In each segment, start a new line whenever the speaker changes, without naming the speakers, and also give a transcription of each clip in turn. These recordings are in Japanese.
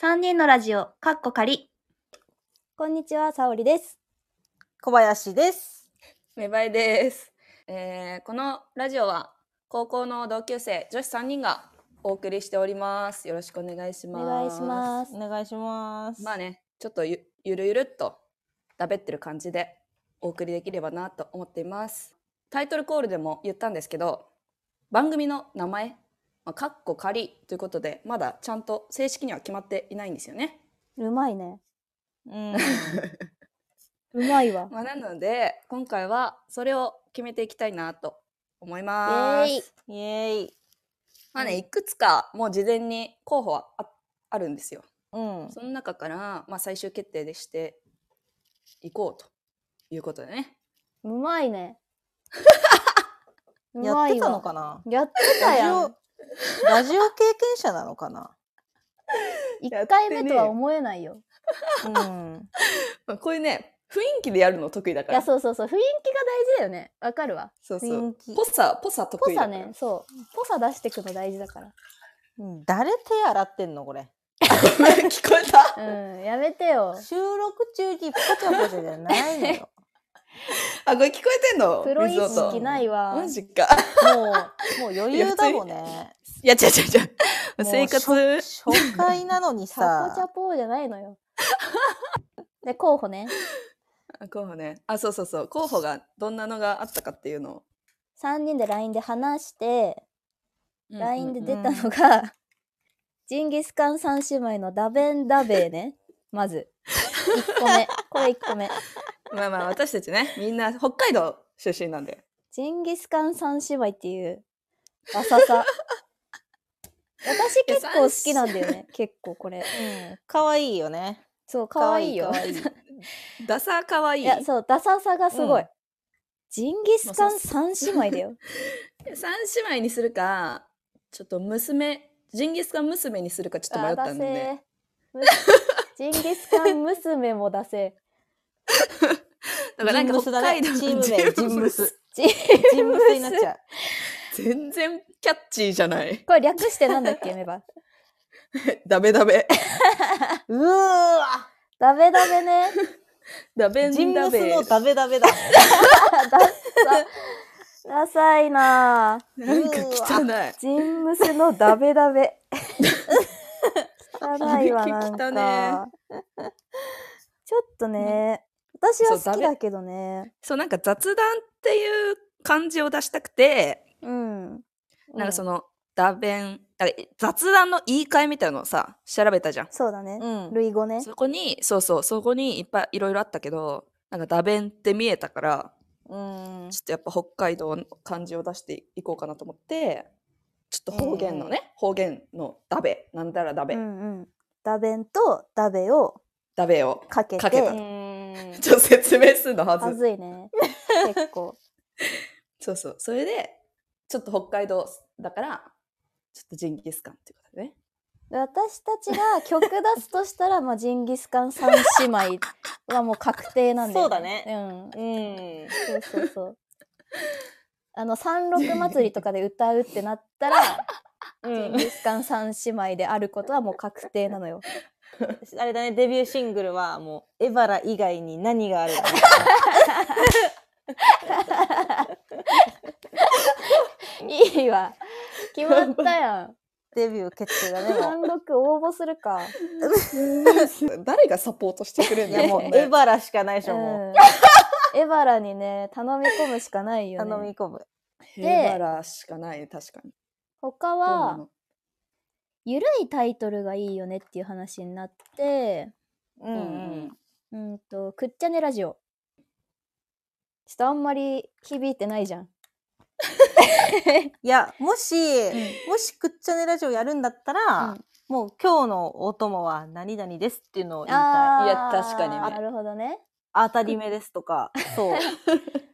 3人のラジオ、カッコ仮。
こんにちは、さおりです。
小林です。
芽生えです、 えーこのラジオは高校の同級生女子3人がお送りしておりますよろしくお願いし
お
ます
願いします。
お願いします。
まあねちょっとゆゆるゆるっとだべってる感じでお送りできればなと思っていますタイトルコールでも言ったんですけど番組の名前まあ、かっこ仮ということでまだちゃんと正式には決まっていないんですよね
うまいね。
うん。
うまいわ。
まあ、なので今回はそれを決めていきたいなと思い
イェ
ます
ーイ。
イエーイ。
まあ
う
ね、
ん
いくつかもう事前に候補はああるんですよ。
うん。
その中から、まあ、最終決定でしていこうということでね。
うまいね。う
や
ま
って
い
たのか
わ。
な。
やってたやん。
ラジオ経験者なのかな。
一
やってね
回目とは思えないよ。
うん。
まあこういうね雰囲気でやるの得意だ
い
か
や、
ら。
そうそうそう。雰囲気が大事だよね。わかるわ。
そうそ
雰
う
囲気。
ぽさぽさ
ぽ
得意だ
さ
から。
ね、そう。ぽさ出してくの大事だから。
誰手洗ってんのこれ。
聞こえた。
うん、やめてよ。
収録中にポチャポチャじゃないのよ。
あこれ聞こえてんの？
プロ意
水音
識ないわ。
マジか。
もうもう余裕だもんね。
いや違う違う違
も
う。
う
生活。
初回なのに
チャポチャ
さ。
ポじゃないのよ。で、候補ね。
あ候補ね。あそうそうそう候補がどんなのがあったかっていうのを。
3人で LINE で話して、
うん
LINE で
う
出
ん
たのが、ジンギスカン三姉妹のダベンダベーね。まず。1個 目。これ1個目。
まあまあ私たちねみんな北海道出身なんで。
ジンギスカン三姉妹っていう、ダサさ。私結構好きなんだよね。結構これ。
うん。可愛いよね。
そう、かわいいよ。
可愛い可愛い
ダサ可愛い
いや、そう、ダサさがすごい。
うん
ジンギスカン三姉妹だよ。
三姉妹にするかちょっと娘ジンギスカン娘にするかちょっと迷ったんで、
あダセーむジンギスカン娘も出 せ
だからなん
ジン
か
ブス
北
だね
海道の
チーム名
ジンブス
ジンブス
ジン
人物になっちゃう。
全然キャッチーじゃない
これ略してなんだっけメバ
ダベダベ
うーわ。
ダベダベね
ダ ベ
人
ンダ
物
ベ
のダベダベだ。
ダッサ ダサいなぁ
なんか汚い
ジンムスのダベダベ汚いわなん
響き汚
かちょっとね私は好きだけどね
そうなんか雑談っていう感じを出したくて
うん
なんかその、ダベンだから雑談の言い換えみたいなのをさ調べたじゃん
そうだね
うん。
類語ね
そこにそうそうそこにいっぱいいろいろあったけどなんかダベンって見えたから
うん。
ちょっとやっぱ北海道の感じを出していこうかなと思って、ちょっと方言のね、方言のダベ、なんだらダベ、
うんうんダベンとダベを
ダベを。
かけ
かけ
て
た
う
の
ん。
ちょっと説明するのはず。
はずいね結構
そうそう。それで、ちょっと北海道だから、ちょっとジンギスカンっていうことでね。
私たちが曲出すとしたら、まあ、ジンギスカン三姉妹はもう確定なんで、
そうだね
うん
うん。
そうそうそうあの三六祭りとかで歌うってなったら、ジンギスカン三姉妹であることはもう確定なのよ
あれだね、デビューシングルはもう、エバラ以外に何があるの
いいわ決まったやん
デビュー決定だね、も
三六応募するか、
誰がサポートしてくれ
う。
る
い
ん
や
だ
も
ろ
う
う、
エ
ね。
バラしかないでし
う
ょ、もう。
ん、エバラにね頼み込むしかないよ
頼
ね
み込む。
で
エバラしかないね、確かに。
他
どうな
は
の
ゆるいタイトルがいいよねっていう話になって
う
うん
うん。
うんと、くっちゃねラジオ。ちょっとあんまり響いてないじゃん。
いや、もし、もしくっちゃねラジオやるんだったら、もう今日のお供は何々ですっていうのを言いたい。
いや確かにね
なるほどね。
当たり目ですとか、そう。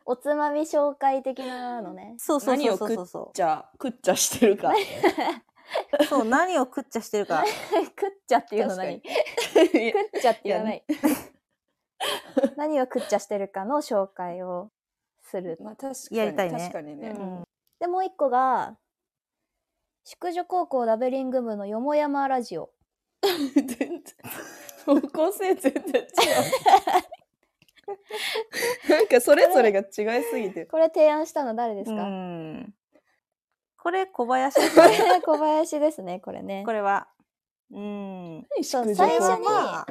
おつまみ紹介的なの ね。
そうそう
何
そ
を
うそう
食
そう
っ
そ
ちゃ、くっちゃしてるか。
う。そう、何を食っちゃしてるか。
食っちゃっていうの
確かに
何食
いや
っちゃって言わない。 何を食っちゃしてるかの紹介をする。
まあ確かに。
やりたいね
確かにね。
うん
で、もう一個が、宿女高校ラベリング部のよもやまラジオ。
全然方向性全然違うなんかそれぞれが違いすぎて
これ提案したの誰です
う
か、
んこれ小林です
こ
かね
れ小林ですねこれね
これは。うん。
そう
宿
最
題
初
は
に
まあ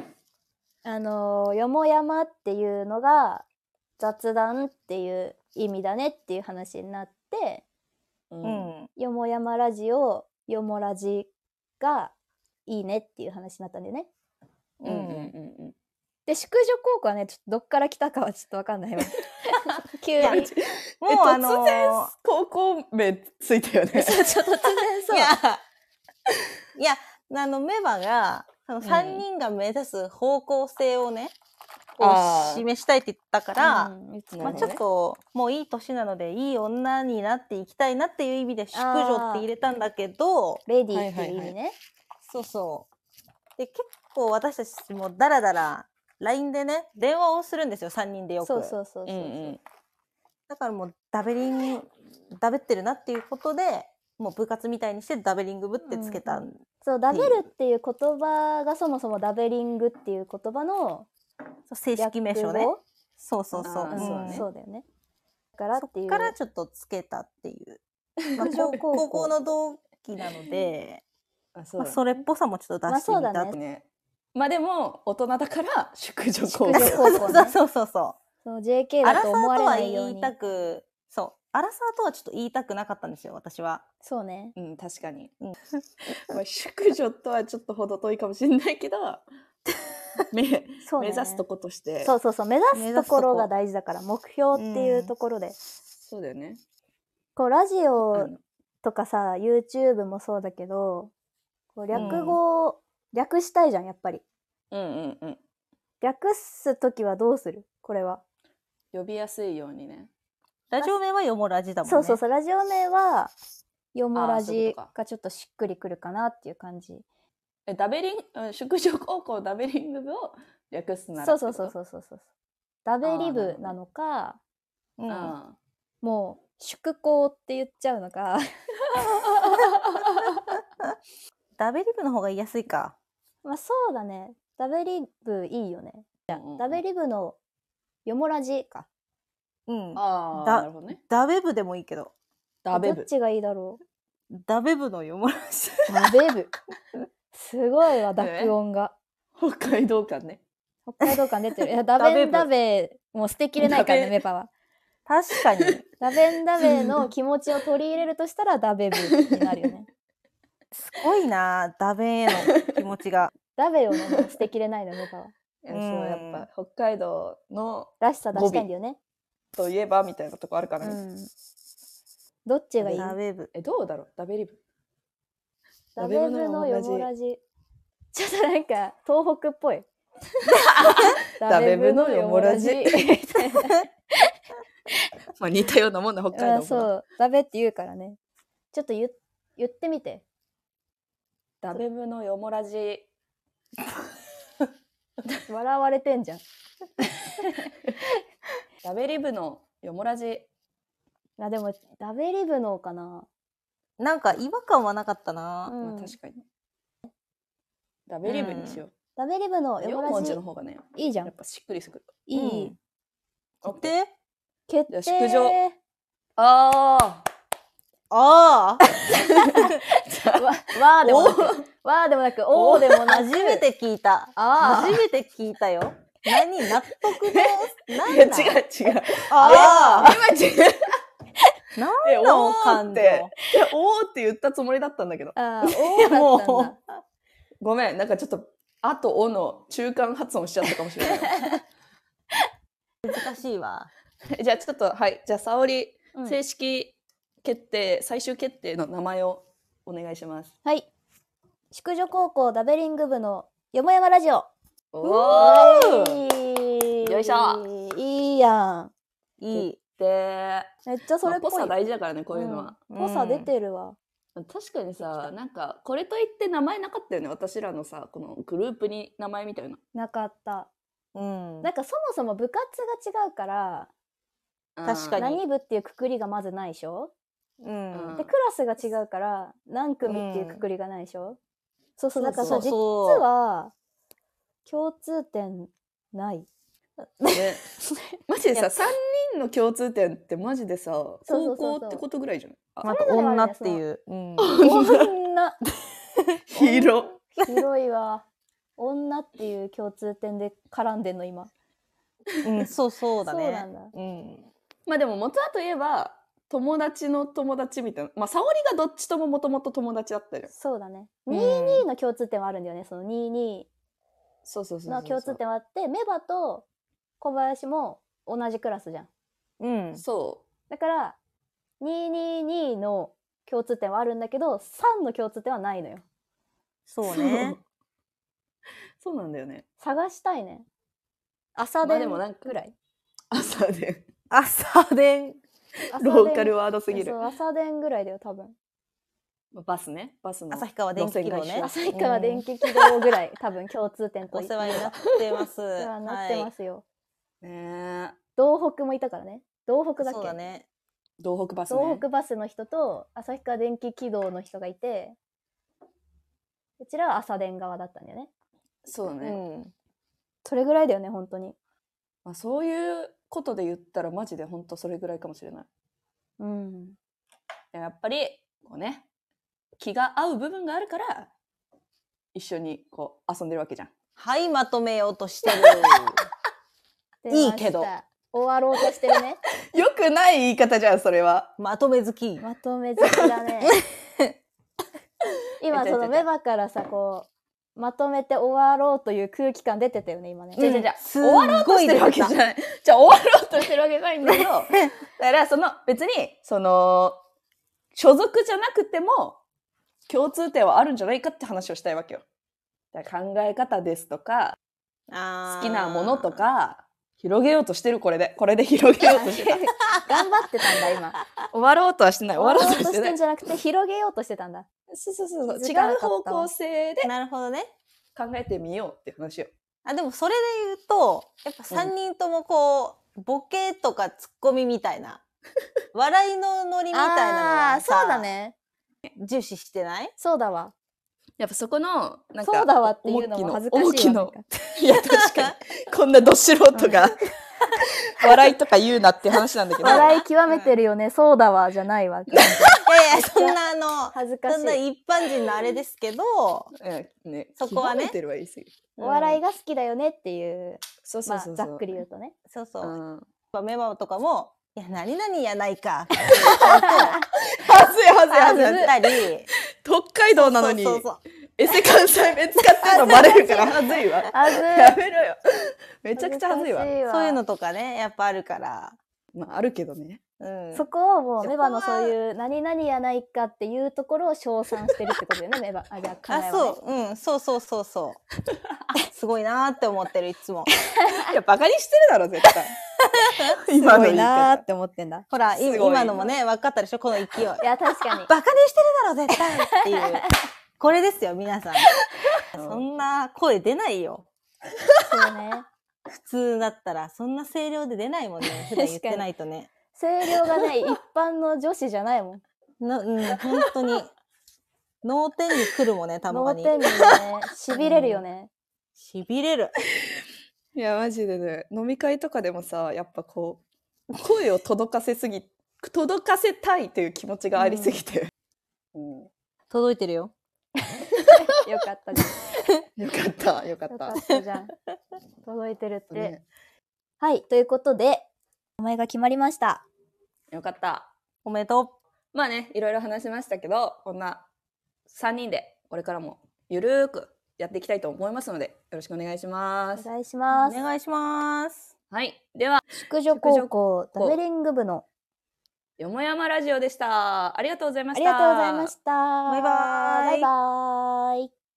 あのよもやまっていうのが雑談っていう意味だねっていう話になって
うん
うん。
よもやまラジオよもラジがいいねっていう話になったんでね
うんうんうん
で宿女高校はねちょっとどっから来たかはちょっとわかんないわ急
いや
に
も
え
うあの
突然高校名ついたよ ね
そうちょっと突然そう
いや、いや、あの、メバが、その3人が目指す方向性をね、こう
あー
示したいって言ったから、
うん言ってたね
まあ、ちょっと、もういい年なので、いい女になっていきたいなっていう意味で、淑女って入れたんだけど、
レディーっていう意味ね、
そうそう。で、結構私たちもダラダラ、LINE でね、電話をするんですよ、3人でよく。
そうそうそうそう
う
そ
ん
う、
うん
だからもうダベリンダベってるなっていうことでもう部活みたいにしてダベリング部ってつけた、
うんそうダベるっていう言葉がそもそもダベリングっていう言葉の
そう正式名称ね
略語
そうそうそう,、
あ
う
ー
ん
そうね
そうだよね。だからっ
そ
てい
っ
う。
からちょっとつけたっていう、 まあ、
高校
高高校の同期な ので
あそ
そ,、ま
う
あ、
だ
それっぽさもちょっと出してみ た
まあ
って、
そ
ねまあでも大人だから宿女高
うだね
校
宿女高校ね
そうそうそうそ
その JK
う
だ
アラサ
と
ー
思わ
と
れ
は
ないよう
言い
に。
たくそうアラサーとはちょっと言いたくなかったんですよ私は
そうね。
うん確かに、
うん
まあ、宿女とはちょっと程遠いかもしれない けどめ
そう
目
ね。
指すとことして
そうそうそう目指
目
す
指
と
すとこ
ころが大事だから目標っていうところで、
そうだよね
こうラジ
あ
オ
の
とかさ YouTube もそうだけどこう略語を、略したいじゃんやっぱり
うんうんうん
略す時はどうするこれは、
呼びやすいようにね
ラジオ名はよもラジだもんね
そうそうそうラジオ名はよもラ
あーそういう
ジ
ことか
がちょっとしっくりくるかなっていう感じ
えダベリンうん宿女高校ダベリング部を略すなら
そうそうそう
う
そうそうそうダベリ
あーなる
ブ
ほど
なのか
うん、
あ
もう宿校って言っちゃうのか
ダベリブの方が言いやすいか
まあそうだねダベリブいいよね
あうんうん
ダベリブのよもラジか
うん
ああ
だ
なるほどね
ダベブでもいいけど
ダベ
ど
部
っちがいいだろう
ダベブのよもラジ
ダベ ブすごいわ濁音が
北海道館ね
北海道感出てるいやダ
ダベ
ベン
ブ
ダベもう捨てきれないから
ダ
ね
ベ
メパは
確かに。
ダベンダベの気持ちを取り入れるとしたらダベブになるよ ね
すごいな、ダベへの気持ちが。
ダベをねもう捨てきれないのメパは
えそう
うん
やっぱ北海道の
らしさ出したいんだよね
といえばみたいなとこあるか
う
ら、ね
んどっ ちがいい
ダベブ。
えどうだろうダベリブ
ダベブのよもラジ。ちょっとなんか、東北っぽ い。
ダベブのよもラジ
ダベブのよもラジみ たい
まあ似たようなもんだ北
なあそう、ダベって言うからね。ちょっと言っ言ってみて。
ダベブのよもラジ
笑われてんじゃん。
ダベリブのよもラジ
あでも、ダベリブのかな。
なんか違和感はなかった
う
な。
まあ
ん
確かにダベリブにしよ
ダベリブの
う、
よ
四
も
文
ラ
字
ジ
の。方がね
いいじゃ
やっ
ん。
ぱしっくりする
いい。
うん で、
決
じゃあ
定。
宿女あ
ああ、
わわーでもなく、わーでもなく、おーでもなく。
初めて聞いた。
あ
初めて聞いたよ。何納得の、
あ
何
いや違う
な
違う
あ
今違う
あ、な
えお
んだお
ー
感
っ
情。
ていやおーって言ったつもりだったんだけど
ーあー、おーだったんだ。
ごめんなんかちょっとあとおの中間発音しちゃったかもしれない
難しいわ。
じゃあちょっとはいじゃあ沙織、
うん
正式決定最終決定の名前をお願いします
はい。宿女高校ダベリング部のよもやまラジオ。
おー
ー
よいしょ。
いいやん。
いい。
で
めっちゃそ
そ
れ
れ
っ
っ
ぽ
ぽ
い。
さ大事だからねこういうのは、
うんぽさ出てるわ。
確かにさなんかこれといって名前なかったよね私らのさこのグループに名前みたいな
なかった。
うん
なん。かそもそも部活が違うから、
確かに
何部っていうくくりがまずないでしょ
うん
で、クラスが違うから、何組っていうくくりがないでしょそうそう、だから
そ
さ、
う
実
そう
は、共通点ない。
ね、 マジで
いや
さ3人の共通点ってマジでさ
そうそう
高
そう
校ってことぐらいじゃないあ
まあ、あと
それぞれはね
女っていう、うん、
女
広
広いわ。女っていう共通点で絡んでんの、今。
うん、そうそうだね。
そうなんだ
うん
まあでも元はといえば友達の友達みたいなまあ沙織がどっちとももともと友達だったよ
そうだね。
うん
22の共通点はあるんだよね。その22
そうそうそうそう
の共通点はあって、メバと小林も同じクラスじゃん。
うん、
そ
だから、222の共通点はあるんだけど、3の共通点はないのよ。
そうね。
う そうなんだよね
探したいね。朝
まあ
で
でもなんか
くらい。
朝で
朝電、
朝
ロー
練
カルワードすぎる
そう、朝電ぐらいだよ、多分。
まあバスねバスの
旭川電気軌道
路線
ね。
が一緒
旭川電気軌道ぐらい、多分共通点と
お世話になってます。
お世話になってますよ。
ねえ
道北もいたからね。道北だ
はい。
っけ
そうだね。
東北バスね
東北バスの人と旭川電気軌道の人がいてうちらは朝電側だったんだよね
そうだね、
うん。
それぐらいだよね本当に
まあ、そういうことで言ったらマジで本当それぐらいかもしれない
うん
でもやっぱりこうね気が合う部分があるから一緒にこう遊んでるわけじゃん
はい、まとめようと してる。
出ました
いいけど
終わろうとしてるね
よくない言い方じゃんそれは
まとめ好き。
まとめ好きだね今そのメバからさこうまとめて終わろうという空気感出てたよね今ね、
じゃ
ん
じゃじゃ
す
終
っ
わろうと
ご
し
い
て
出
るわ
て
けじゃ
た
ない じゃあ終わろうとしてるわけじゃないんだけど だからその別にその所属じゃなくても共通点はあるんじゃないかって話をしたいわけよだから考え方ですとか好
好
きなものと。か広げようとしてるこれでこれで広げようとしてた
頑張ってたんだ今
終わろうとはしてない終わろうとはしてない
んじゃなくて広げようとしてたんだ
そうそうそうそう
気づ
違
かなか
う
ったわ
方向性で
なるほどね。
考えてみようって話よ。
あ、でもそれで言うと、やっぱ三人ともこう、ボケとかツッコミみたい な、笑いのノリみたいなの
あ
は
ー
さ
そうだ。ね
重視してない
そうだわ
やっぱそこのなんか
そうだわっていうのも恥ずかしいわ
大き
なん
の
か
いや確かにこんなど素人が 笑いとか言うなって話なんだけど
笑い極めてるよね、そうだわ、じゃないわ。
いやいや、そんなあの、
恥ずか
そ
し。
んない一般人のあれですけど、
うんね
そこはね
極めてるは言い過ぎ
お笑い
が。
が好きだよねっていう、
そうそ
ま
う
あ、
そう
ざっくり言うとね。
そうそうう。やっ
ん
ぱメモとかも、いや、何々やないか。
はずい はずい
あ
はず
ず
いはずい
ったり。
北海道なのに
そうそうそう
エセ関西弁使ってるのバレるからはずいわ
あず
やめろよめちゃくちゃはずいわ
そういうの。とかね、やっぱあるから。
まああるけどね
うん。
そこをも、
そうこは
メバのそういう、何々やないかっていうところを称賛してるってことだよね、メバ。あ、じゃあ、かな
あ、
え
そ
はね。
う、うん、そうそうそうそう。すごいなーって思ってる、いつも。
いやバカにしてるだろ絶対今の言い方
て思ってんだ。
ほら、
すご
今
い
今のもね、分かったでしょ、この勢い。
いや、確 かに。
バカにしてるだろ、絶対っていう。これですよ、皆さん。そんな声出ないよ。
そうね。
普通だったら、そんな声量で出ないもんね。普段言ってないとね。
声量がね、一般の女子じゃないもん。
のうん、本当に。脳天に来るもんね、たま
脳
に。
天にね、痺れるよね。
しびれる。
いやマジでね飲み会とかでもさやっぱこう声を届かせすぎ届かせたいという気持ちがありすぎて、うん
届いてるよ。
よかったじゃん。
よかったよかっ
よか
た
ったじゃん。届いてるって。
ね
はい、ということで、名前が決まりました。
よかった
おめでとう。
まあねいろいろ話しましたけどこんな3人でこれからもゆるーくやっていきたいと思いますのでよろしくお願いしま
お
す
願いし
お
ます。
願いします。
はいでは
宿女高校ダベリング部の。
よもやまラジオでしたありがとうございま
あ
し
り
た
がとうございました。
バイバーイ
バイバーイ。